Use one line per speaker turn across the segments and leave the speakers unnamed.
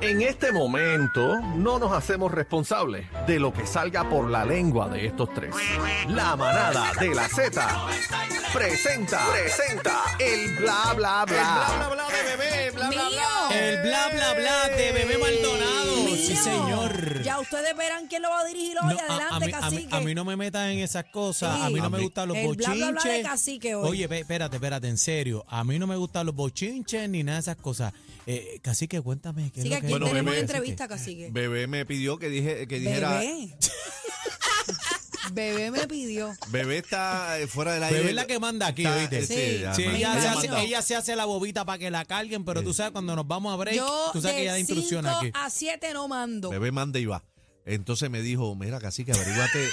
En este momento no nos hacemos responsables de lo que salga por la lengua de estos tres. La manada de la Z presenta, presenta el bla bla bla.
bla de bebé, bla bla
Mío.
bla.
El bla bla bla de bebé Maldonado. Sí, señor.
Ya ustedes verán quién lo va a dirigir hoy.
No, a- a,
Adelante,
mí, a mí-
cacique.
a mí no me metas en esas cosas.
Sí.
A mí no me
Amén.
gustan los
El bla,
bochinches.
bla, bla de cacique hoy.
Oye, ve, espérate, espérate, en serio. A mí no me gustan los bochinches ni nada de esas cosas. Eh, cacique, cuéntame. ¿qué es
Así que
lo
aquí
que
Bueno,
tenemos
bebé,
entrevista, cacique.
Bebé me pidió que, dije, que dijera. Bebé,
Bebé. Bebé me pidió.
está eh, fuera del aire.
Bebé es la que manda aquí,
Está-
¿oíste?
sí,
Sí.
ya,
Sí,
me-
ella,
me
se
ha
hace,
mandado.
ella se hace la bobita para que la carguen, pero tú sabes, cuando nos vamos a break,
Yo
tú sabes que ella da
de
instrucciones
5
aquí.
a 7 no mando.
Bebé manda y va. Entonces me dijo, mira, cacique, averíguate.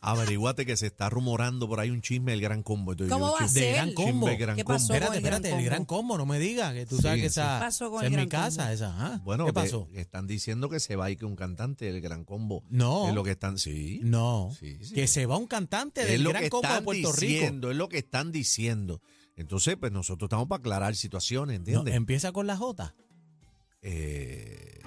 averíguate que se está rumorando por ahí un chisme del gran combo. Entonces
¿Cómo
yo,
va a
chisme
ser?
De gran
¿Qué
combo.
del Gran
¿Qué
Combo.
pasó con
Espérate,
el gran
espérate, el gran
combo?
combo, no me digas, que tú
Sí,
sabes que
sí.
esa,
¿Qué pasó con
esa
el
es mi
gran
casa,
combo?
esa. ajá.
Bueno,
¿Qué
que
pasó?
están diciendo que se va y que un cantante del gran combo.
No.
Es lo que están. Sí.
No,
Sí, sí.
que se va un cantante
Es
del
lo que
gran combo de
están
Puerto Rico.
diciendo, es lo que están diciendo. Entonces, pues nosotros estamos para aclarar situaciones,
No, em-
¿entiendes?
empieza con la J.
Eh,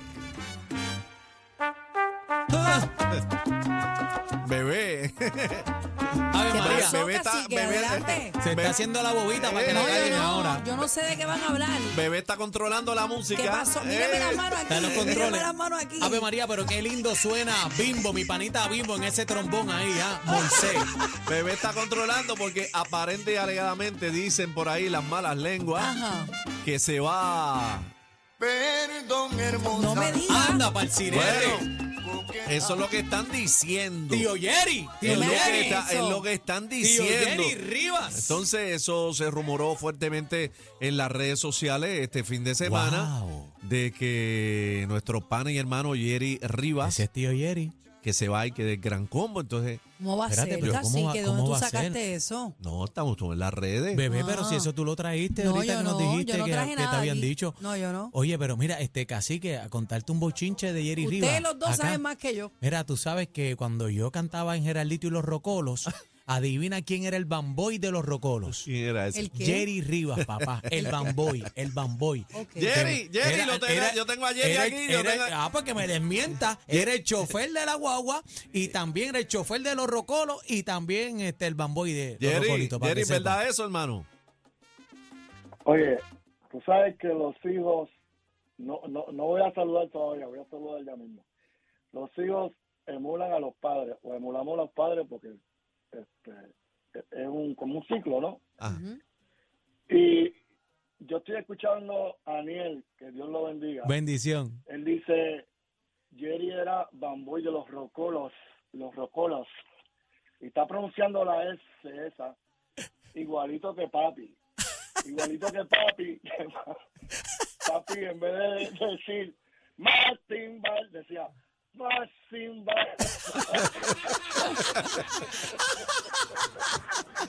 Ah,
bebé.
Ave
¿Qué
María.
pasó,
bebé está-
cacique?
bebé-
Adelante.
Se
Ve-
está haciendo la bobita para que la
Eh,
caigan
Oye, no,
ahora.
yo no sé de qué van a hablar.
Bebé está controlando la música.
¿Qué pasó? Mírame
Eh,
las manos
Está en los
aquí. Mírame
controles.
las manos aquí.
Ave María, pero qué lindo suena Bimbo, mi panita Bimbo en ese trombón ahí, ¿ah? Morse.
Bebé está controlando porque aparente y alegadamente dicen por ahí las malas lenguas
Ajá.
que se va.
Perdón, hermosa.
No me digas.
Anda, para el sirete.
Bueno, eso es lo que están diciendo.
Tío Jerry.
es,
Tío
lo que
Jerry.
está- es lo que están
Tío
diciendo.
Jerry Rivas.
Entonces eso se rumoró fuertemente en las redes sociales este fin de semana
Wow.
de que nuestro pana y hermano Jerry Rivas
Ese es tío Jerry.
que se va y que del gran combo. Entonces,
¿Cómo va a
Espérate,
ser,
pero ¿cómo va-
cacique? ¿Dónde
cómo
tú
va a ser?
sacaste eso?
no, estamos todos en las redes.
Bebé, pero
Ah.
si eso tú lo trajiste
No,
ahorita
yo
que nos
no, yo
dijiste
no
que,
traje
que
nada
te habían
aquí.
dicho.
No, yo no.
Oye, pero mira, este cacique, a contarte un bochinche de Jerry Rivas.
Ustedes los dos
acá.
saben más que yo.
Mira, tú sabes que cuando yo cantaba en Geraldito y los Rocolos, adivina quién era el bamboy de los Rocolos.
¿Quién era ese?
El- ¿Qué?
Jerry Rivas, papá. El bamboy, el bamboy.
Ok.
Jerry, Jerry, lo tengo- yo tengo a Jerry
era-
aquí, yo
era-
tengo-
Ah, porque me desmienta. Era el chofer de la guagua y también era el chofer de los Rocolos y también este, el bamboy de los
Jerry,
Rocolitos. para
Jerry
que sepa.
¿verdad eso, hermano?
Oye, tú sabes que los hijos, no, no, no voy a saludar todavía, voy a saludar ya mismo. Los hijos emulan a los padres, o emulamos a los padres porque este, es un, como un ciclo, ¿no?
Ah.
Ujú.
Y yo estoy escuchando a Aniel, que Dios lo bendiga.
Bendición.
Él dice, Jerry era bamboy de los rocolos, los rocolos. Y está pronunciando la S esa, igualito que papi. Igualito que papi. papi, en vez de decir Martin Ball, decía Martin Ball.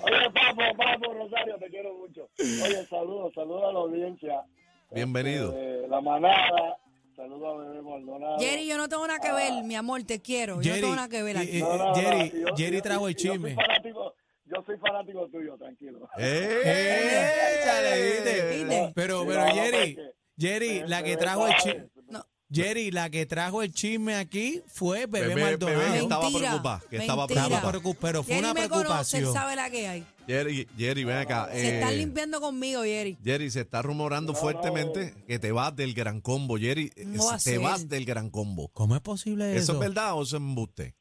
Oye, papo, papo, Rosario, te quiero mucho. Oye, saludos, saludos a la audiencia.
Bienvenido.
Este, la manada. Saludos a Bebé Maldonado.
Jerry, yo no tengo nada que ver, mi amor, te quiero. Yo no
Jerry, eh,
tengo nada que ver
y-
aquí.
y- Jerry, Jerry trajo el
yo soy
chisme.
fanático- Yo soy fanático tuyo, tranquilo.
¡Eh!
¡Eh! Échale, ¿viste?
¿Viste?
Pero,
Sí,
pero
no, no,
Jerry,
porque-
Jerry,
Eh,
la que
Bebé
trajo el
sabe.
chisme. Jerry, la que trajo el chisme aquí fue Bebé,
Bebé-
Maldonado.
Bebé
Ah, Mentira,
estaba preocupada, que estaba
mentira.
Estaba
preocupada.
preocu- pero fue
Jerry
una
me conoce, él
preocupación.
sabe la que hay.
Jerry, Jerry, ven acá.
Se están
eh,
limpiando conmigo, Jerry.
Jerry, se está rumorando fuertemente que te vas del gran combo, Jerry. eh,
No va a
te
ser.
vas del gran combo.
¿Cómo es posible eso?
¿Eso es verdad o eso es embuste?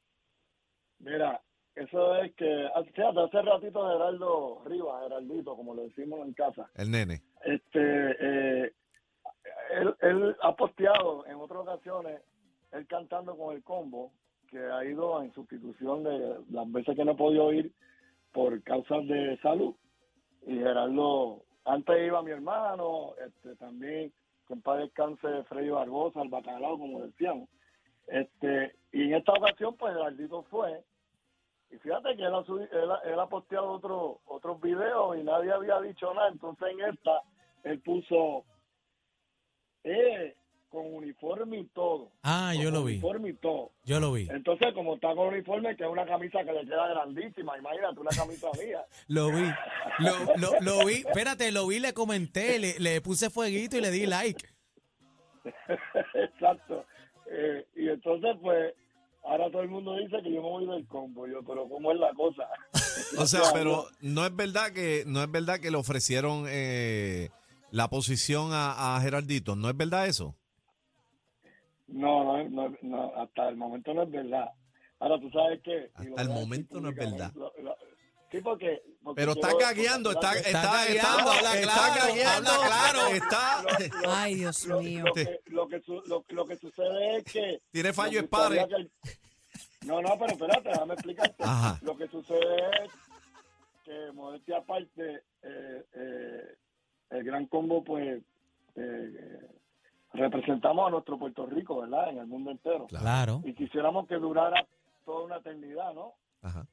Mira, Eso es que, fíjate, hace ratito Geraldo Rivas, Geraldito, como le decimos en casa,
El nene.
este eh, él, él ha posteado en otras ocasiones él cantando con el combo que ha ido en sustitución de las veces que no he podido ir por causas de salud y Gerardo antes iba mi hermano este también que en paz descanse Freddy Barbosa el bacalao como decíamos este y en esta ocasión pues Gerardito fue y fíjate que él ha, subi- él ha- él ha posteado otro- otros videos y nadie había dicho nada. Entonces en esta, él puso eh, con uniforme y todo.
Ah, yo
Con
lo vi.
Uniforme y todo.
Yo lo vi.
Entonces, como está con uniforme, que es una camisa que le queda grandísima, imagínate, una camisa mía.
Lo vi. Lo, lo- lo vi. Espérate, lo vi, le comenté, le, le puse fueguito y le di like.
Exacto. Eh, y entonces, pues, ahora todo el mundo dice que yo me voy del combo. Yo, pero ¿cómo es la cosa?
O sea, pero no es verdad que no es verdad que le ofrecieron eh, la posición a, a Gerardito. ¿No es verdad eso?
No, no, es- no, es- no, hasta el momento no es verdad. Ahora tú sabes que... y
Hasta el
lo voy a decir
momento no es
públicamente, lo- lo- sí, porque... porque
Pero está
yo-
cagueando, está,
porque-
está, está,
cagueando, habla
está
claro,
cagueando,
habla claro.
está,
Ay, Dios
Lo,
mío.
lo que, lo, que su- lo- lo que sucede es que...
Tiene fallo
me
de padre.
gustaría que el- No, no, pero espérate, déjame explicarte.
Ajá.
Lo que sucede es que, modestia aparte, eh, eh, el Gran Combo, pues, eh, representamos a nuestro Puerto Rico, ¿verdad? En el mundo entero.
Claro.
y quisiéramos que durara toda una eternidad, ¿no?
Ajá.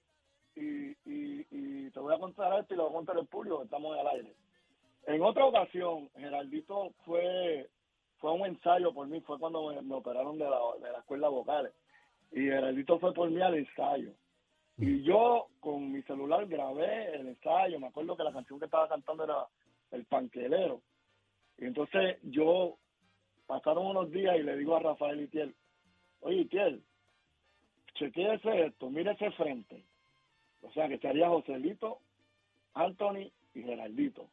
Y, y, y te voy a contar esto y lo voy a contar al público, que estamos al aire. En otra ocasión, Geraldito fue fue a un ensayo por mí, fue cuando me, me operaron de la, de las cuerdas vocales. Y Geraldito fue por mí al ensayo. Y yo con mi celular grabé el ensayo, me acuerdo que la canción que estaba cantando era El Panquelero. Y entonces yo pasaron unos días y le digo a Rafael Itiel, oye Itiel, chequéese esto, mire ese frente. O sea, que estaría Joselito, Anthony y Geraldito.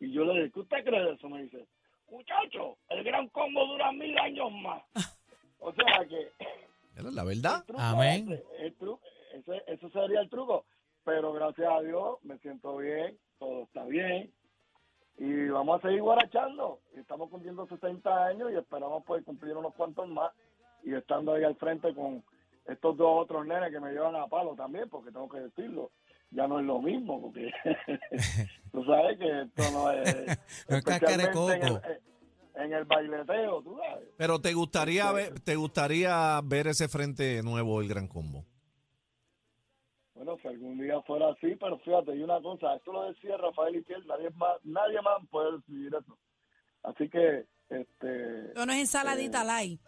Y yo le dije, ¿qué usted cree de eso? Me dice, muchacho, el gran combo dura mil años más. o sea que
Era la verdad.
truco
Amén.
ese, el tru- ese- ese sería el truco. Pero gracias a Dios me siento bien, todo está bien. Y vamos a seguir guarachando. Estamos cumpliendo 60 años y esperamos poder cumplir unos cuantos más. Y estando ahí al frente con estos dos otros nenes que me llevan a palo también, porque tengo que decirlo. Ya no es lo mismo, porque tú sabes que esto no es.
No es cáscara de
especialmente
coco.
En el, en el baileteo, tú sabes.
Pero te gustaría ver, te gustaría ver ese frente nuevo el Gran Combo.
Bueno, si algún día fuera así, pero fíjate, hay una cosa, esto lo decía Rafael Itiel, nadie más, nadie más puede decidir eso. Así que, este,
Esto no es ensaladita light.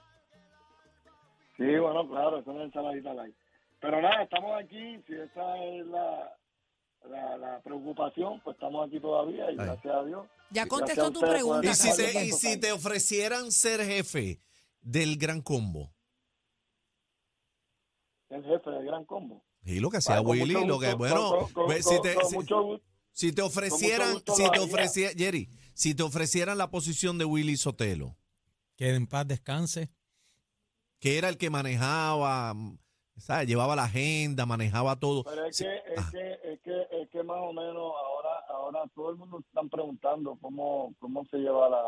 sí, bueno, claro, eso no es ensaladita light. Pero nada, estamos aquí, si esa es la, la, la preocupación, pues estamos aquí todavía y gracias a Dios.
Ya
Gracias
contestó
a
tu
ustedes por
pregunta.
Y si,
estar
Carlos.
te,
aquí.
y si te ofrecieran ser jefe del Gran Combo.
El jefe del gran combo.
Y lo que hacía
Con
Willy,
mucho
lo que
gusto,
bueno,
con- con-
ve,
con-
si te,
con
si-
mucho gusto.
Si te ofrecieran,
gusto
si
lo
te
haría.
ofrecía, Jerry, si te ofrecieran la posición de Willy Sotelo,
Que en paz descanse.
que era el que manejaba, mm, ¿sabes? llevaba la agenda, manejaba todo.
Pero es
Si-
que, es
Ajá.
que, es que, es que más o menos ahora, ahora todo el mundo están preguntando cómo, cómo se lleva la,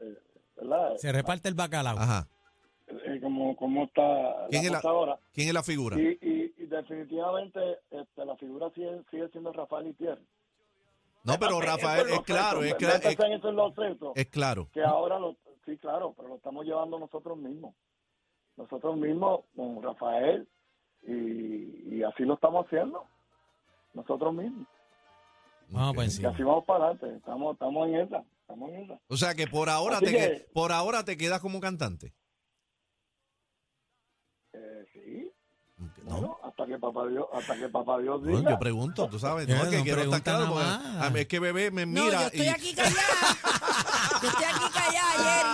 eh, ¿verdad?
Se reparte el bacalao.
Ajá.
Eh, cómo, cómo está
¿Quién es
la
la-
cosa ahora.
¿Quién es la figura?
Y, y- y definitivamente este, la figura sigue, sigue siendo Rafael Itier.
No, pero Rafael, es claro, es, cla- es, Eh.
Métanse en esos losetos,
es claro.
que ahora lo, sí, claro, pero lo estamos llevando nosotros mismos. Nosotros mismos con Rafael y, y así lo estamos haciendo. Nosotros mismos.
Vamos para
Y
encima.
así vamos para adelante. Estamos, estamos en esa. Estamos en esa.
O sea que por ahora
Así
te
que-
que- por ahora te quedas como cantante.
Eh, sí.
No,
Bueno, hasta que papá Dios, hasta que papá Dios
Pues
no,
diga.
yo pregunto, tú sabes, no,
Eh,
es que
no
quiero estar
pregunta
claro, porque
nada más.
a mí es que bebé me
No, yo
mira
estoy
y-
aquí callada. Yo estoy aquí callada, Jerry.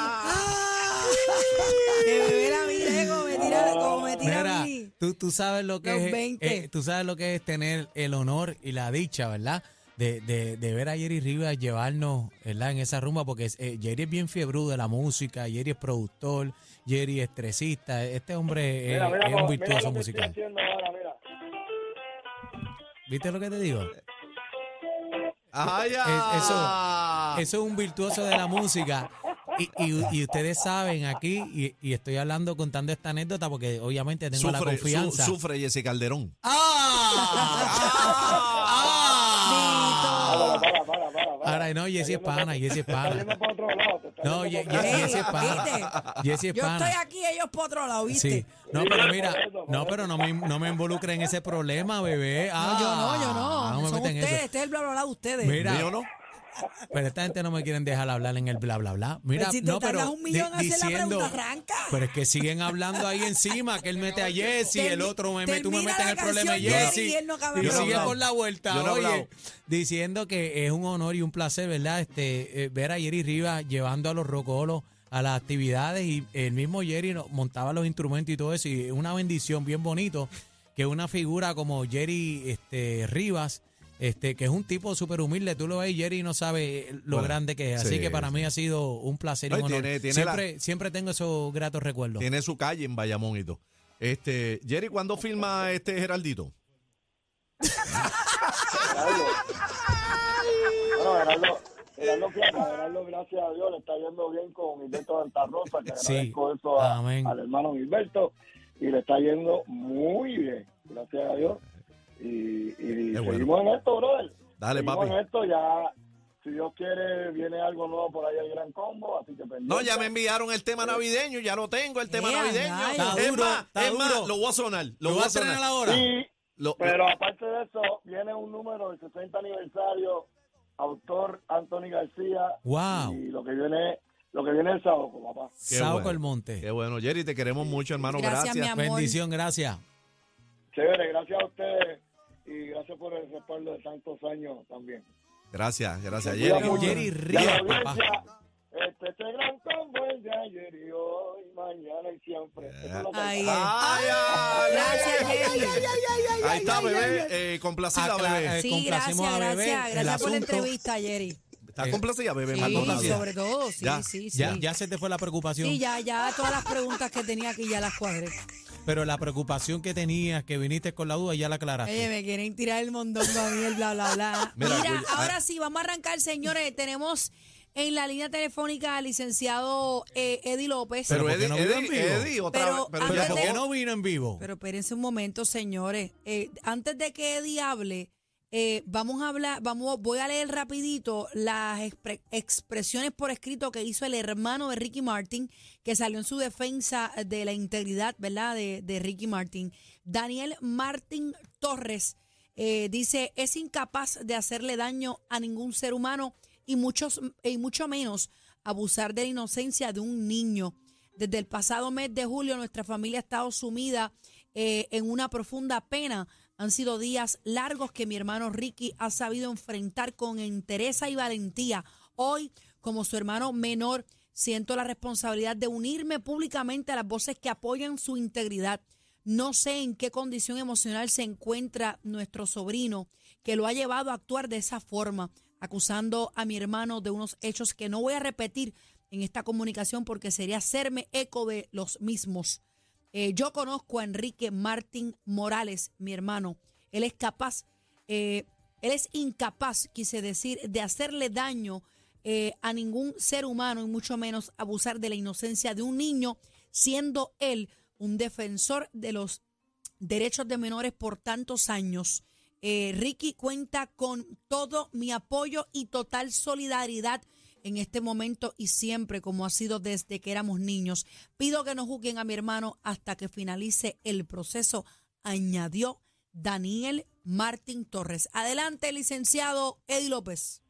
Que me ve la vida, eh, como me tira, como me tira a
Mira,
mí.
tú, tú sabes lo que
Los
es,
20.
eh, tú sabes lo que es tener el honor y la dicha, ¿verdad? De, de, de ver a Jerry Rivas llevarnos ¿verdad? en esa rumba, porque eh, Jerry es bien fiebrudo de la música, Jerry es productor, Jerry es tresista, este hombre es,
Mira,
es
mira cómo-
un
mira lo
virtuoso
que estoy
musical.
haciendo ahora, mira.
¿Viste lo que te digo?
Ajá,
Eh,
Ah.
eso- Eso es un virtuoso de la música. Y, y- y ustedes saben aquí, y, y estoy hablando contando esta anécdota porque obviamente tengo la
Sufre, su-
confianza.
sufre Jesse Calderón.
Ah.
Para, para, para, para, para.
Ahora, no, Jessy es pana, Jessy es
Está
pana.
yendo para otro lado, te está
No,
yendo
Ye-
para otro
Ye-
lado.
Jessy es pana. Jessy es
Yo
pana.
estoy aquí, ellos por otro lado, ¿viste?
Sí. No, pero mira, no, pero no me, no me involucre en ese problema, bebé.
No, yo no, yo
Ah,
no.
me
Son
meta en eso.
ustedes, este es el bla bla bla de ustedes.
Mira,
¿Mío no?
pero esta gente no me quieren dejar hablar en el bla bla bla. Mira,
Pero si te
no,
tardas
pero
un millón
di-
en hacer la
diciendo-
pregunta, arranca.
Pero es que siguen hablando ahí encima, que él mete a Jesse,
Termi-
el otro me mete, tú me
termina
metes en
la
el problema de
canción,
Jesse.
Jerry, y él no acaba
y
de
hablar.
sigue
Yo no he
por la vuelta,
hablado. Yo no he
oye,
hablado.
diciendo que es un honor y un placer, ¿verdad? Este, eh, ver a Jerry Rivas llevando a los rocolos a las actividades y el mismo Jerry no- montaba los instrumentos y todo eso y es una bendición bien bonito que una figura como Jerry este, Rivas, este, que es un tipo súper humilde, tú lo ves y Jerry no sabe eh, lo
Bueno,
grande que es, así
sí,
que para
sí.
mí ha sido un placer y
No, y
un honor.
tiene- tiene
siempre, siempre tengo esos gratos recuerdos.
Tiene su calle en Bayamón y todo. Este, Jerry, ¿cuándo filma este Geraldito?
Bueno, Gerardo,
Eh,
Gerardo, Plata, Gerardo, gracias a Dios, le está yendo bien con Gilberto Santa Rosa, que
Sí.
agradezco eso a-
Amén.
al hermano Gilberto, y le está yendo muy bien, gracias a Dios. Y, y
Qué bueno.
seguimos en esto, brother.
Dale,
seguimos
papi.
en esto, ya, si Dios quiere, viene algo nuevo por ahí el Gran Combo, así que pendiente.
No, ya me enviaron el tema navideño, ya lo tengo, el tema
Ea,
navideño.
rayos.
Está
es
duro,
más,
está
es más,
duro.
lo voy a sonar. Lo,
¿Lo
voy
vas
a sonar.
ahora?
Sí,
Lo-
pero aparte de eso, viene un número del 60 aniversario, autor Anthony García.
Wow.
Y lo que viene, lo que viene el sábado, papá.
Qué
Saoco
bueno.
el monte.
Qué bueno, Jerry, te queremos mucho, hermano.
Gracias,
Gracias.
mi amor.
Bendición, gracias.
Chévere, gracias a ustedes y gracias por el respaldo de tantos años también.
Gracias, gracias,
Se
Jerry.
cuida mucho.
Jerry
Y a la
Rivas, papá.
audiencia, Este, este gran combo es de ayer y hoy, mañana y siempre. Eso es lo que-
Ahí es.
Ay, ay,
Gracias,
ay, ay,
Jerry.
ay, ay, Ahí está, bebé. Eh, complacida,
Acla-
bebé.
eh,
Sí, gracias,
complacimos a
gracias.
Bebé, el
Gracias por la
asunto.
entrevista, Jerry.
eh,
¿Estás complacida, bebé?
Sí,
Más complacida.
sobre todo, sí,
Ya,
sí, sí.
Ya, ya se te fue la preocupación.
Sí, ya, ya todas las preguntas que tenía aquí ya las cuadré.
Pero la preocupación que tenías, que viniste con la duda, ya la aclaraste.
Oye, me quieren tirar el mondongo a mí, el bla, bla, bla.
Mira,
Mira,
Julia,
ahora
ah.
sí, vamos a arrancar, señores. Tenemos en la línea telefónica al licenciado eh, Eddie López.
Pero,
¿por qué
Eddie,
no vive en
Eddie,
vivo?
Eddie, otra
Pero
vez. Pero
Pero
ya
antes
¿por
de-
qué no vino en vivo?
Pero espérense un momento, señores. Eh, antes de que Eddie hable, eh, vamos a hablar, vamos, voy a leer rapidito las expre- expresiones por escrito que hizo el hermano de Ricky Martin, que salió en su defensa de la integridad, ¿verdad? De, de Ricky Martin. Daniel Martin Torres eh, dice es incapaz de hacerle daño a ningún ser humano y muchos y mucho menos abusar de la inocencia de un niño. Desde el pasado mes de julio nuestra familia ha estado sumida eh, en una profunda pena. Han sido días largos que mi hermano Ricky ha sabido enfrentar con entereza y valentía. Hoy, como su hermano menor, siento la responsabilidad de unirme públicamente a las voces que apoyan su integridad. No sé en qué condición emocional se encuentra nuestro sobrino que lo ha llevado a actuar de esa forma, acusando a mi hermano de unos hechos que no voy a repetir en esta comunicación porque sería hacerme eco de los mismos. Eh, yo conozco a Enrique Martín Morales, mi hermano. Él es capaz, eh, él es incapaz, quise decir, de hacerle daño eh, a ningún ser humano y mucho menos abusar de la inocencia de un niño, siendo él un defensor de los derechos de menores por tantos años. Eh, Ricky cuenta con todo mi apoyo y total solidaridad en este momento y siempre, como ha sido desde que éramos niños. Pido que no juzguen a mi hermano hasta que finalice el proceso, añadió Daniel Martín Torres. Adelante, licenciado Eddie López.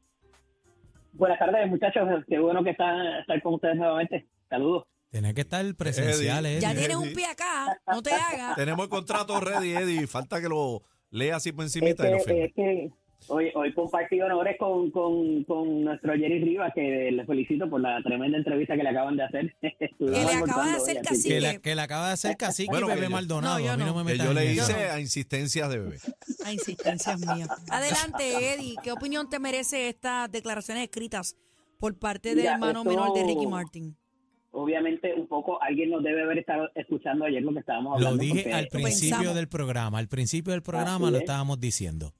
Buenas tardes, muchachos. Qué bueno que están estar con ustedes nuevamente. Saludos.
Tenía que estar presencial, eh.
Eddie.
Eddie.
Ya
Eddie.
tienes un pie acá, no te hagas.
Tenemos el contrato ready, Eddie. Falta que lo lea así por
Es
encimita y
Este,
que,
lo firme.
eh,
es que Este, hoy, hoy compartí honores con, con, con nuestro Jerry Rivas, que les felicito por la tremenda entrevista que le acaban de hacer. Estuvimos
Que le acabas de
almorzando
hacer
hoy, así
cacique.
Que la, que la acaba de hacer cacique
Bueno,
y Bebé
que yo-
Maldonado.
eh. No, yo
a mí no
no.
me
Que
metas
yo le
en eso.
hice a insistencias de bebé.
A insistencias mías. Adelante, Eddie. ¿Qué opinión te merece estas declaraciones escritas por parte del
Mira,
hermano
esto-
menor de Ricky Martin?
Obviamente, un poco alguien nos debe haber estado escuchando ayer lo que estábamos
Lo
hablando.
dije
porque-
al principio
pensamos.
del programa. Al principio del programa
Así
lo
es.
estábamos diciendo.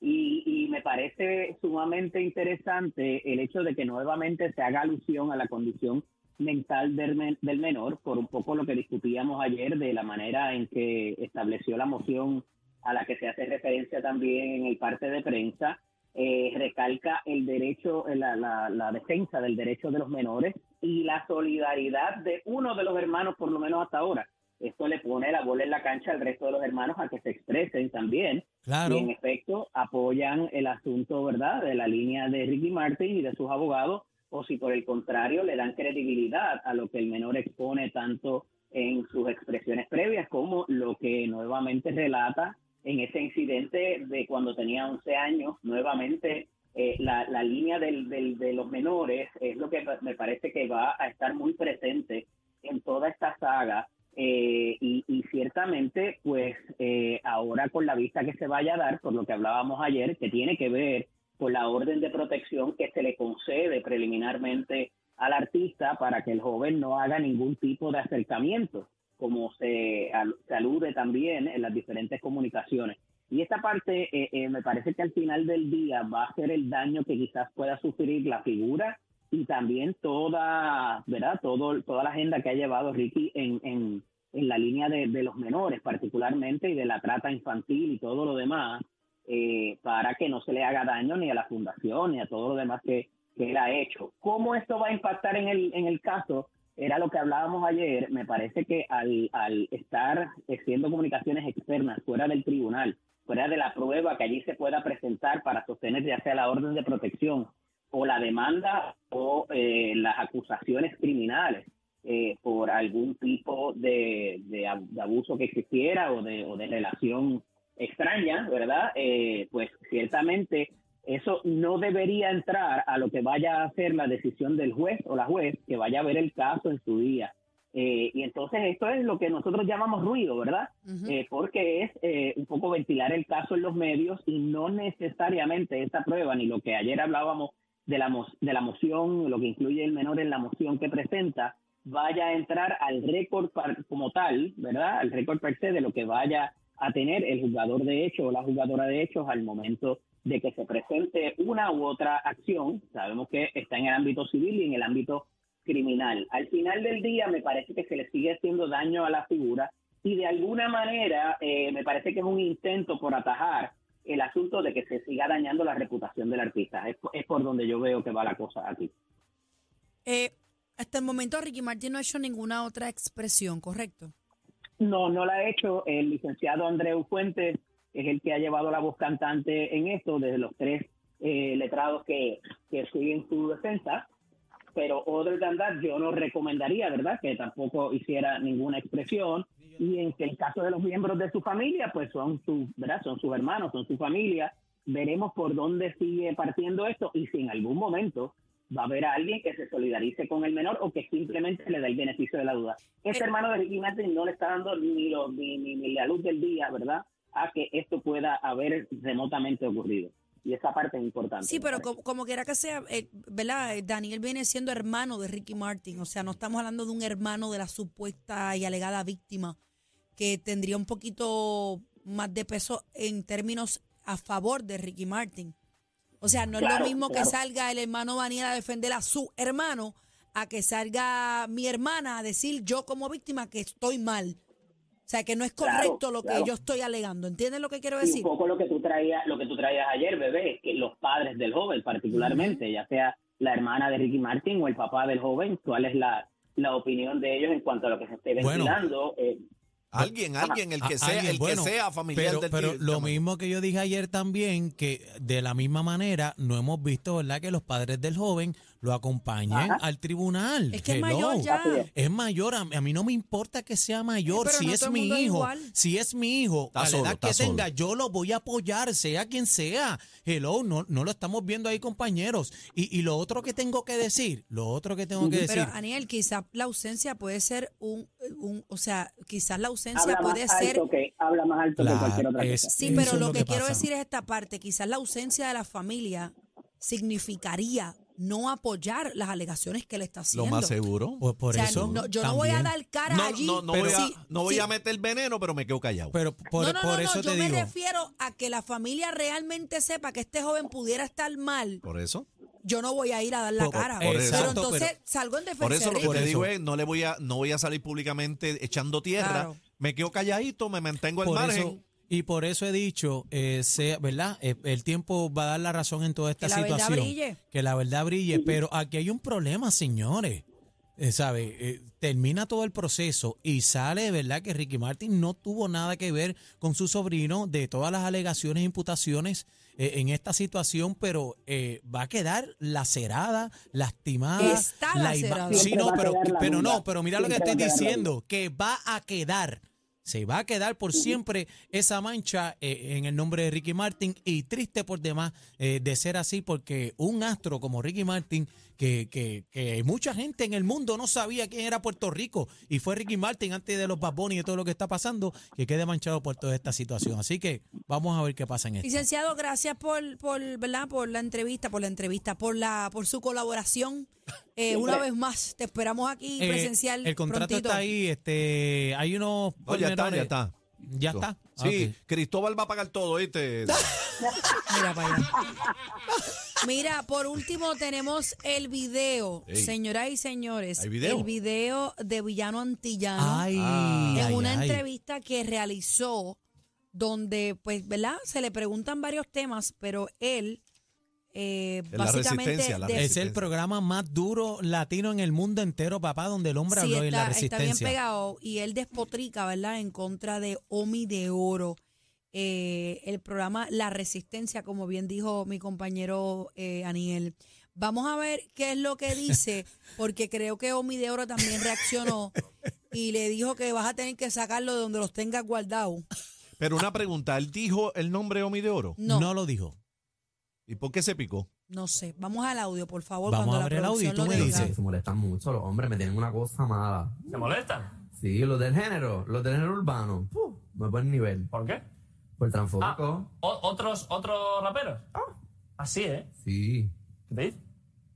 me parece sumamente interesante el hecho de que nuevamente se haga alusión a la condición mental del, men- del menor por un poco lo que discutíamos ayer de la manera en que estableció la moción a la que se hace referencia también en el parte de prensa, eh, recalca el derecho, eh, la, la- la defensa del derecho de los menores y la solidaridad de uno de los hermanos, por lo menos hasta ahora. Esto le pone la bola en la cancha al resto de los hermanos a que se expresen también
Claro.
y en efecto apoyan el asunto, ¿verdad?, de la línea de Ricky Martin y de sus abogados, o si por el contrario le dan credibilidad a lo que el menor expone tanto en sus expresiones previas como lo que nuevamente relata en ese incidente de cuando tenía 11 años, nuevamente eh, la, la línea del- del- de los menores es lo que me parece que va a estar muy presente en toda esta saga eh, y, y ciertamente, pues eh, ahora con la vista que se vaya a dar, por lo que hablábamos ayer, que tiene que ver con la orden de protección que se le concede preliminarmente al artista para que el joven no haga ningún tipo de acercamiento, como se, al- se alude también en las diferentes comunicaciones. Y esta parte eh, eh, me parece que al final del día va a ser el daño que quizás pueda sufrir la figura y también toda, ¿verdad? Todo, toda la agenda que ha llevado Ricky en, en, en la línea de, de los menores particularmente y de la trata infantil y todo lo demás, eh, para que no se le haga daño ni a la fundación ni a todo lo demás que, que él ha hecho. ¿Cómo esto va a impactar en el, en el caso? Era lo que hablábamos ayer, me parece que al, al estar haciendo comunicaciones externas fuera del tribunal, fuera de la prueba que allí se pueda presentar para sostener ya sea la orden de protección o la demanda o eh, las acusaciones criminales eh, por algún tipo de, de ab- de abuso que existiera o de, o de relación extraña, ¿verdad? Eh, pues ciertamente eso no debería entrar a lo que vaya a ser la decisión del juez o la juez que vaya a ver el caso en su día. Eh, y entonces esto es lo que nosotros llamamos ruido, ¿verdad?
Ujú.
eh, porque es eh, un poco ventilar el caso en los medios y no necesariamente esta prueba, ni lo que ayer hablábamos de la, mo- de la moción, lo que incluye el menor en la moción que presenta, vaya a entrar al récord par- como tal, ¿verdad? Al récord per se de lo que vaya a tener el jugador de hecho o la jugadora de hechos al momento de que se presente una u otra acción. Sabemos que está en el ámbito civil y en el ámbito criminal. Al final del día me parece que se le sigue haciendo daño a la figura y de alguna manera eh, me parece que es un intento por atajar el asunto de que se siga dañando la reputación del artista. Es, po- es por donde yo veo que va la cosa aquí.
Eh, hasta el momento Ricky Martin no ha hecho ninguna otra expresión, ¿correcto?
No, no la ha hecho. El licenciado Andreu Fuentes es el que ha llevado la voz cantante en esto, desde los tres eh, letrados que, que siguen su defensa. Pero other than that, yo no recomendaría, ¿verdad?, que tampoco hiciera ninguna expresión. Y en el caso de los miembros de su familia, pues son sus, ¿verdad?, son sus hermanos, son su familia. Veremos por dónde sigue partiendo esto y si en algún momento va a haber a alguien que se solidarice con el menor o que simplemente le da el beneficio de la duda. Este
Eh,
hermano de Ricky Martin no le está dando ni, lo- ni, ni- ni la luz del día, ¿verdad?, a que esto pueda haber remotamente ocurrido. Y esa parte es importante.
Sí,
me
pero
parece.
como, como quiera que sea, eh, ¿verdad? Eh, Daniel viene siendo hermano de Ricky Martin, o sea, no estamos hablando de un hermano de la supuesta y alegada víctima que tendría un poquito más de peso en términos a favor de Ricky Martin. O sea, no es lo
Claro,
mismo
claro.
que salga el hermano Daniel a defender a su hermano a que salga mi hermana a decir yo como víctima que estoy mal. O sea, que no es
Claro,
correcto lo que
claro.
yo estoy alegando. ¿Entienden lo que quiero
Y un
decir?
poco lo que tú traías, lo que tú traías ayer, bebé, que los padres del joven, particularmente, ya sea la hermana de Ricky Martin o el papá del joven, ¿cuál es la, la opinión de ellos en cuanto a lo que se esté
Bueno.
ventilando? Eh,
Alguien, alguien, el que
A-
sea,
Ah, alguien,
el
bueno,
que sea familiar
pero,
del
pero
tío-
lo mismo que yo dije ayer también, que de la misma manera no hemos visto, ¿verdad?, que los padres del joven lo acompañen
Ajá.
al tribunal.
Es que es
Hello.
mayor ya.
Así es.
Es mayor, a, a mí no me importa que sea mayor,
Pero
si
no
es
todo el
mi
mundo es
hijo,
igual.
si es mi hijo,
Está
a la
solo,
edad
está
que
solo.
tenga, yo lo voy a apoyar, sea quien sea. Hello, no, no lo estamos viendo ahí, compañeros. Y, y lo otro que tengo que decir, lo otro que tengo que decir,
Pero, Aniel, quizás la ausencia puede ser un, un- o sea, quizás la ausencia
habla
puede
más
ser...
alto que habla más alto
Claro,
que cualquier otra
es-
cosa.
Sí,
Eso
pero
es
lo
lo
que,
que
quiero
pasa.
decir es esta parte. Quizás la ausencia de la familia significaría no apoyar las alegaciones que le está haciendo.
Lo más seguro.
Pues por
O sea,
eso.
no, yo no voy a
también.
dar cara
No,
allí.
no, no
pero
voy, a,
sí,
no voy
sí.
a meter veneno, pero me quedo callado.
Pero por,
no, no,
por
no, no,
eso
yo
te
me
digo.
refiero a que la familia realmente sepa que este joven pudiera estar mal.
por eso.
Yo no voy a ir a dar la
Por-
cara.
por
eso.
pero
Exacto,
entonces
pero-
salgo en defensa.
Por eso lo
de
que
Ricky.
te
Por
digo
eso.
es, no le voy a, no voy a salir públicamente echando tierra.
Claro.
Me quedo calladito, me mantengo al
Por
margen.
eso- y por eso he dicho, eh, sea- ¿verdad? Eh, el tiempo va a dar la razón en toda esta
Que la verdad
situación.
brille.
Que la verdad brille. Pero aquí hay un problema, señores. Eh, ¿Sabe? Eh, termina todo el proceso y sale, ¿verdad? Que Ricky Martin no tuvo nada que ver con su sobrino de todas las alegaciones e imputaciones eh, en esta situación, pero eh, va a quedar lacerada, lastimada.
Está
la ima-
lacerada.
Sí,
Siempre
no,
va a
pero,
quedar la
pero no,
misma.
pero mira lo que
Siempre
estoy
va a quedar la
diciendo, que va a quedar. Se va a quedar por siempre esa mancha eh, en el nombre de Ricky Martin y triste por demás eh, de ser así porque un astro como Ricky Martin, que, que, que mucha gente en el mundo no sabía quién era Puerto Rico y fue Ricky Martin antes de los Bad Bunny y de todo lo que está pasando, que quede manchado por toda esta situación. Así que vamos a ver qué pasa en esto.
Licenciado, gracias por, por, ¿verdad? por la entrevista, por la entrevista, por la, por su colaboración. Eh, una vez más, te esperamos aquí
Eh,
presencial.
el contrato
prontito.
está ahí, este, hay unos...
No, Oh, ya está,
pormenores.
ya está.
Ya está. Ah,
Sí,
Ok.
Cristóbal va a pagar todo, ¿viste?
Mira para allá. Mira, por último tenemos el video,
Ey.
señoras y señores.
¿Hay video?
El video de Villano Antillano
Ay,
Ah.
en
ay,
una
ay.
entrevista que realizó donde, pues, ¿verdad? Se le preguntan varios temas, pero él eh,
La
básicamente
resistencia, la
de-
Es el programa más duro latino en el mundo entero, papá, donde el hombre
Sí,
habló y la
está, está bien
resistencia.
pegado y él despotrica, ¿verdad? En contra de Omi de Oro. Eh, el programa La Resistencia, como bien dijo mi compañero eh, Aniel. Vamos a ver qué es lo que dice, porque creo que Omi de Oro también reaccionó y le dijo que vas a tener que sacarlo de donde los tengas guardados.
Pero una pregunta, ¿él dijo el nombre Omi de Oro?
No, no,
lo dijo.
¿Y por qué se picó?
sé. Vamos al audio, por favor.
Vamos
cuando
a
la
ver el audio y
producción
tú
lo
me
tenga.
dices.
Se molestan mucho los hombres, me tienen una cosa mala. ¿Se molestan? Sí, los del género, los del género urbano. Puh, no es buen nivel. ¿Por qué? Por transfoco.
Ah.
¿Otros otros raperos? así, ¿eh? Sí. ¿Qué te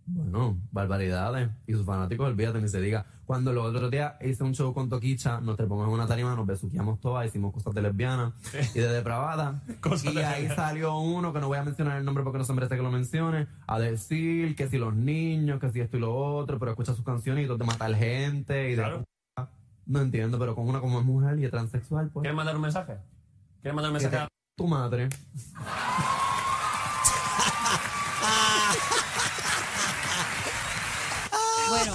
Bueno, barbaridades. Y sus fanáticos, olvídate, ni se diga. Cuando el otro día hice un show con Toquicha, nos trepamos en una tarima, nos besuqueamos todas, hicimos cosas de lesbianas y de depravadas. y ahí salió uno, que no voy a mencionar el nombre porque no se merece que lo mencione, a decir que si los niños, que si esto y lo otro, pero escucha sus canciones y todo de matar gente y de... No entiendo, pero con una como es mujer y es transexual, pues... ¿Quieres mandar un mensaje? ¿Quieres mandar un mensaje a tu madre?
Bueno,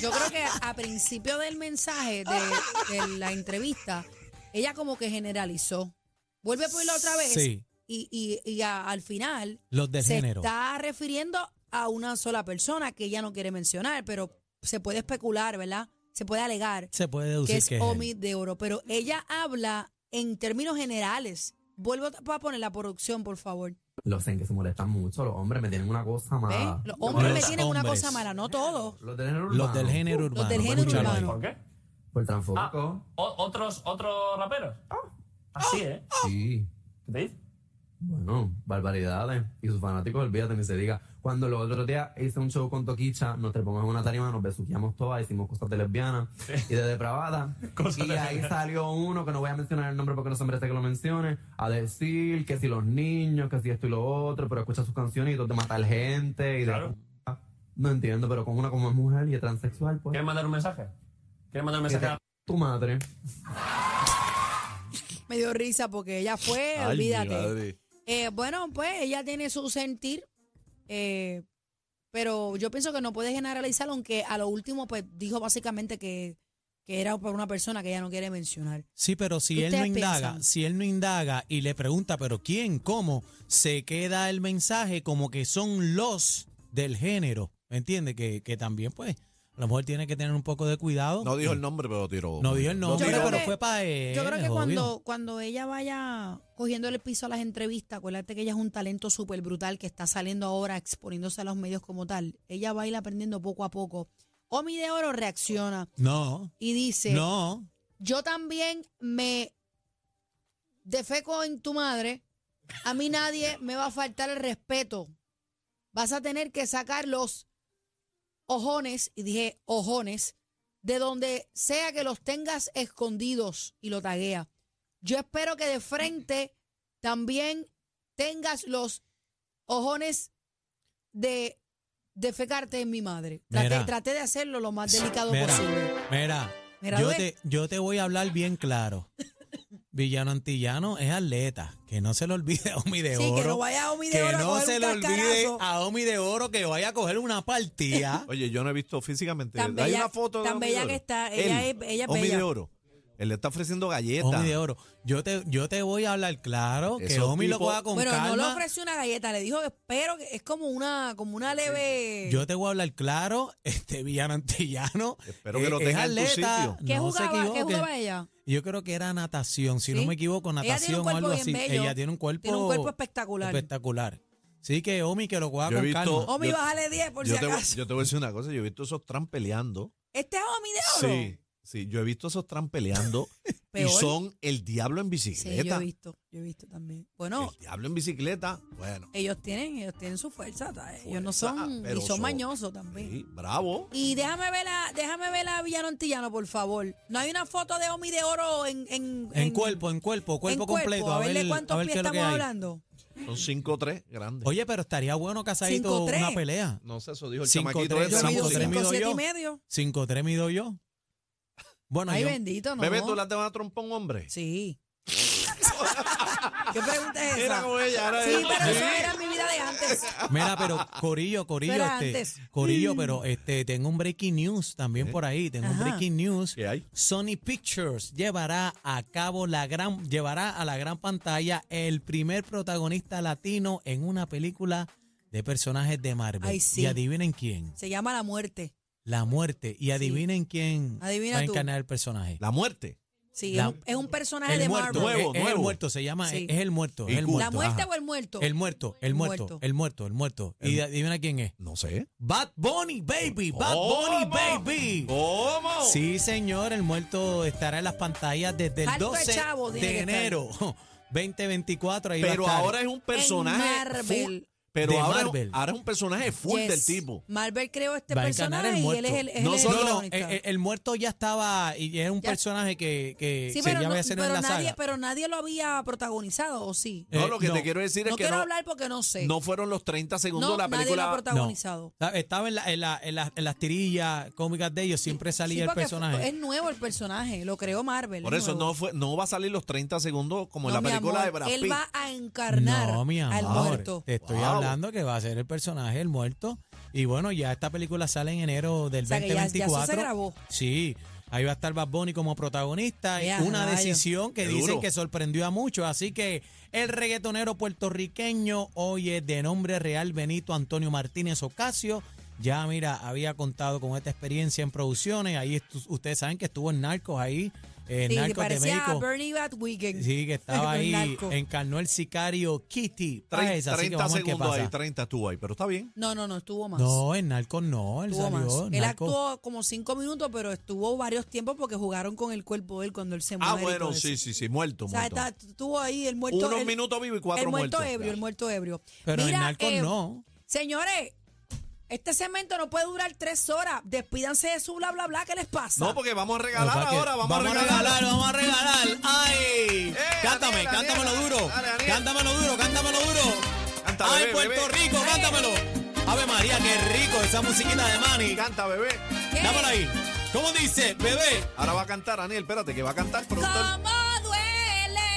yo creo que a principio del mensaje de, de la entrevista, ella como que generalizó. Vuelve por la otra vez
Sí.
y, y- y a- al final
Los del
se
género.
está refiriendo a una sola persona que ella no quiere mencionar, pero se puede especular, ¿verdad? Se puede alegar
Se puede
que
deducir
es
que es él.
Omi de Oro, pero ella habla en términos generales. Vuelvo a poner la producción, por favor.
Los en que se molestan mucho, los hombres me tienen una cosa
¿Ve?
mala.
Los hombres me
Ah. Los
tienen una
hombres.
cosa mala, no todos.
Los del género urbano.
Los del género
Los
urbano.
del género
escúchalo ahí.
urbano.
qué? Por transfoco. Ah, ¿Otros otros raperos? Así, ¿eh? Sí. ¿Qué Bueno, barbaridades. Y sus fanáticos, olvídate, ni se diga. Cuando el otro día hice un show con Toquicha, nos trepamos en una tarima, nos besuqueamos todas, hicimos cosas de lesbianas y de depravadas. y ahí salió uno, que no voy a mencionar el nombre porque no se merece que lo mencione, a decir que si los niños, que si esto y lo otro, pero escucha sus canciones y todo de matar gente y de... No entiendo, pero con una como es mujer y es transexual, pues... ¿Quieres mandar un mensaje? ¿Quieres mandar un mensaje a tu madre?
Me dio risa porque ella fue,
Ay, mi
olvídate.
madre.
Eh, bueno, pues ella tiene su sentir, eh, pero yo pienso que no puede generalizar, aunque a lo último pues dijo básicamente que, que era por una persona que ella no quiere mencionar.
Sí, pero si
¿Qué
él no
ustedes
indaga,
piensan?
si él no indaga y le pregunta, pero quién, cómo, se queda el mensaje como que son los del género. ¿Me entiende? Que, que también, pues, a lo mejor tiene que tener un poco de cuidado.
No dijo el nombre, pero tiró.
No dio el nombre,
creo
pero
que-
fue para él.
yo creo que
Eh,
obvio.
cuando, cuando ella vaya cogiéndole el piso a las entrevistas, acuérdate que ella es un talento súper brutal que está saliendo ahora exponiéndose a los medios como tal. Ella va a ir aprendiendo poco a poco. Omi de Oro reacciona
No,
y dice...
no.
Yo también me defeco en tu madre. A mí nadie me va a faltar el respeto. Vas a tener que sacarlos ojones, y dije ojones, de donde sea que los tengas escondidos y lo taguea. Yo espero que de frente también tengas los ojones de defecarte en mi madre. Traté,
Mira.
traté de hacerlo lo más delicado
Mira,
posible.
Mira,
Mira,
yo,
Luis.
te, yo te voy a hablar bien claro. Villano Antillano es atleta. Que no se le olvide a Omi de
Sí, que
Oro.
no vaya a Omi de
que
Oro a
no
coger
se
un
le olvide
cascarazo.
a Omi de Oro que vaya a coger una partida.
Oye, yo no he visto físicamente.
Tan
Hay
bella-
una foto de
tan
Omi
bella
de
que
Oro.
está, ella
Él,
es- ella es
Omi
bella.
de oro. Él le está ofreciendo galletas.
Omi de Oro. Yo te, yo te voy a hablar claro. que
Esos
Omi lo
tipos-
coja con
Bueno, no le
calma.
ofreció una galleta, le dijo que espero que es como una, como una leve.
yo te voy a hablar claro. Este Villano Antillano.
Espero que lo
es
tenga en tu
atleta,
sitio.
¿Qué,
no se
jugaba, ¿Qué
equivoque.
jugaba ella?
Yo creo que era natación, si
¿Sí?
no me equivoco,
Ella tiene un
natación o
cuerpo
algo
bien
así.
bello.
Ella tiene un cuerpo,
Tiene un cuerpo espectacular.
espectacular. Sí, que Omi que lo coja
Yo he
con
visto-
calma.
Omi,
Yo-
bájale 10 por
Yo,
si
te, voy-
acaso.
yo te voy a decir una cosa. Yo he visto esos trans peleando.
este es Omi de oro.
Sí, sí. Yo he visto esos trans peleando. y
Peor.
son el diablo en
Sí, yo he
bicicleta.
visto, yo he visto también. Bueno,
El diablo en bicicleta. Bueno.
ellos tienen, ellos tienen su fuerza, ¿sabes? ellos no
fuerza,
son, y
pero
son, mañosos también.
sí, bravo.
Y déjame ver la, déjame ver la Villano Antillano, por favor. No hay una foto de Omi de oro en, en,
En cuerpo, en cuerpo, cuerpo
en
completo. a ver,
de
a
cuántos
ver
pies
qué es lo que
estamos
hay.
hablando.
Son 5-3 grandes.
Oye, pero estaría bueno casadito
Cinco, tres.
una pelea.
no sé, eso dijo el
cinco,
chamaquito.
tres,
de
Yo
la
mido
Cinco, tres
música.
cinco,
mido
siete
yo.
y medio.
5-3 mido yo. Bueno,
Ay,
yo,
bendito, no.
Bebé, tú la te vas a trompar un hombre.
Sí. ¿Qué pregunta es esa?
Era como ella, era
sí,
ella.
pero eso era mi vida de antes.
mira, pero Corillo, Corillo,
Pero
este,
antes. Mm.
Corillo, pero este, tengo un breaking news también por ahí. Tengo un
Ajá.
breaking news.
¿Qué hay?
Sony Pictures llevará a cabo la gran llevará a la gran pantalla el primer protagonista latino en una película de personajes de Marvel.
Ay, sí.
Y adivinen quién.
Se llama la muerte.
La muerte. Y adivinen quién
Adivina
va a
tú.
encarnar el personaje.
La muerte.
Sí,
La-
es, un, es un personaje de
el muerto.
Marvel.
Nuevo,
es, es el
nuevo.
muerto, se llama.
Sí.
Es el muerto.
Y
Es el
cool.
muerto.
¿La muerte
ajá.
o el muerto?
El muerto, el muerto,
Muerto.
el muerto, el muerto. Y adivina quién es.
No sé.
Bad Bunny,
Oh,
baby. Bad Bunny, baby.
¿Cómo?
Sí, señor, el muerto estará en las pantallas desde el
Alto
12
chavo tiene que
de
estar.
enero 2024. Ahí va a
Pero
estar.
ahora es un personaje.
Marvel.
full. Pero
De
ahora,
Marvel.
ahora es un personaje full
Yes.
del tipo.
Marvel creó este
va a encarnar
personaje
el
y
muerto.
él es el, es
no,
el
solo- eh,
protagonista.
el, el- el muerto ya estaba y es un
Ya.
personaje que, que
sí,
eh, se
pero,
ya
no-
va a hacer
pero
en la
nadie,
saga.
pero nadie lo había protagonizado, ¿o sí?
Eh,
No, lo que
no.
te quiero decir es
no
que
quiero
no,
hablar porque no sé.
no fueron los 30 segundos
No,
de la
nadie lo ha
película.
protagonizado.
No. Estaba en, la- en la- en la- en las tirillas cómicas de ellos, siempre
Sí,
salía el
porque
personaje.
Es nuevo el personaje, lo creó Marvel.
Por
es
eso
nuevo.
no fue, no va a salir los 30 segundos como en
No,
la
mi
película de
amor,
Brad
Él
Pitt.
va a encarnar
no, mi
al
amor,
muerto.
Te estoy
Wow.
hablando que va a ser el personaje, el muerto. Y bueno, ya esta película sale en enero del
O sea, que ya- ya eso se
2024.
grabó.
Sí, ahí va a estar Bad Bunny como protagonista. y
Ya,
una
rayos.
decisión que
Qué
dicen
duro.
que sorprendió a muchos. Así que el reggaetonero puertorriqueño, oye, de nombre real Benito Antonio Martínez Ocasio. Ya, mira, había contado con esta experiencia en producciones. Ahí estu- ustedes saben que estuvo en Narcos ahí, en
Sí,
Narcos de
parecía a
México.
Bernie Batwigen.
Sí, que estaba
El
ahí,
narco.
encarnó el sicario Kitty
Tre- 30,
Páez, así que vamos a ver qué
segundos
pasa.
ahí, 30 estuvo ahí, pero está bien.
No, no, no, estuvo más.
No, en Narcos no, él
estuvo
salió.
más.
en
Él
Narcos.
actuó como cinco minutos, pero estuvo varios tiempos porque jugaron con el cuerpo de él cuando él se muere.
Ah,
y
bueno,
todo eso.
sí, sí, sí, muerto,
O sea,
muerto.
está- estuvo ahí el muerto.
Unos
el-
minutos vivo y cuatro
El muerto
muertos.
ebrio, el muerto ebrio.
Pero
Mira,
en Narcos
eh,
no.
Señores, este cemento no puede durar tres horas. Despídanse de su bla, bla, bla. ¿Qué les pasa?
No, porque vamos a regalar
Pero, ¿para qué?
ahora, vamos, a regalar. Eh,
vamos a regalar. ¡Ay! cántame,
Daniela,
cántamelo
Daniela.
duro.
Dale, Daniela.
cántamelo duro, cántamelo duro.
Canta,
¡Ay,
bebé,
Puerto
bebé.
Rico, cántamelo! Ave María, qué rico esa musiquita de Manny.
Canta, bebé.
¿Qué?
Dámela ahí. ¿Cómo dice, bebé?
Ahora va a cantar, Daniel, espérate, que va a cantar pronto.
¿Cómo duele?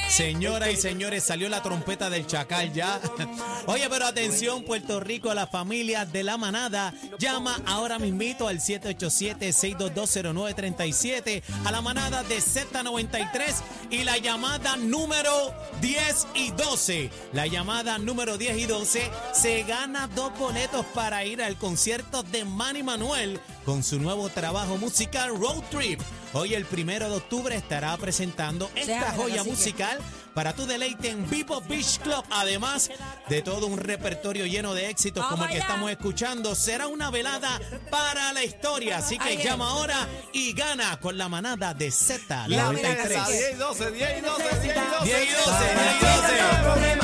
Señoras y señores, salió la trompeta del chacal ya. Oye, pero atención, Puerto Rico, la familia de la manada. Llama ahora mismito al 787-6220937 a la manada de Z93 y la llamada número 10 y 12. La llamada número 10 y 12 se gana dos boletos para ir al concierto de Manny Manuel con su nuevo trabajo musical Road Trip. Hoy el primero de octubre estará presentando esta
Déjamela,
joya
cacique.
musical para tu deleite en Vivo Beach Club. Además de todo un repertorio lleno de éxitos
Vamos
como el que
allá.
estamos escuchando, será una velada para la historia. Así que
Ahí es.
llama ahora y gana con la manada de
La
Z93.
mesa, 10 y 12, 10 y 12, 10 y 12.
10 y 12, 10 y 12.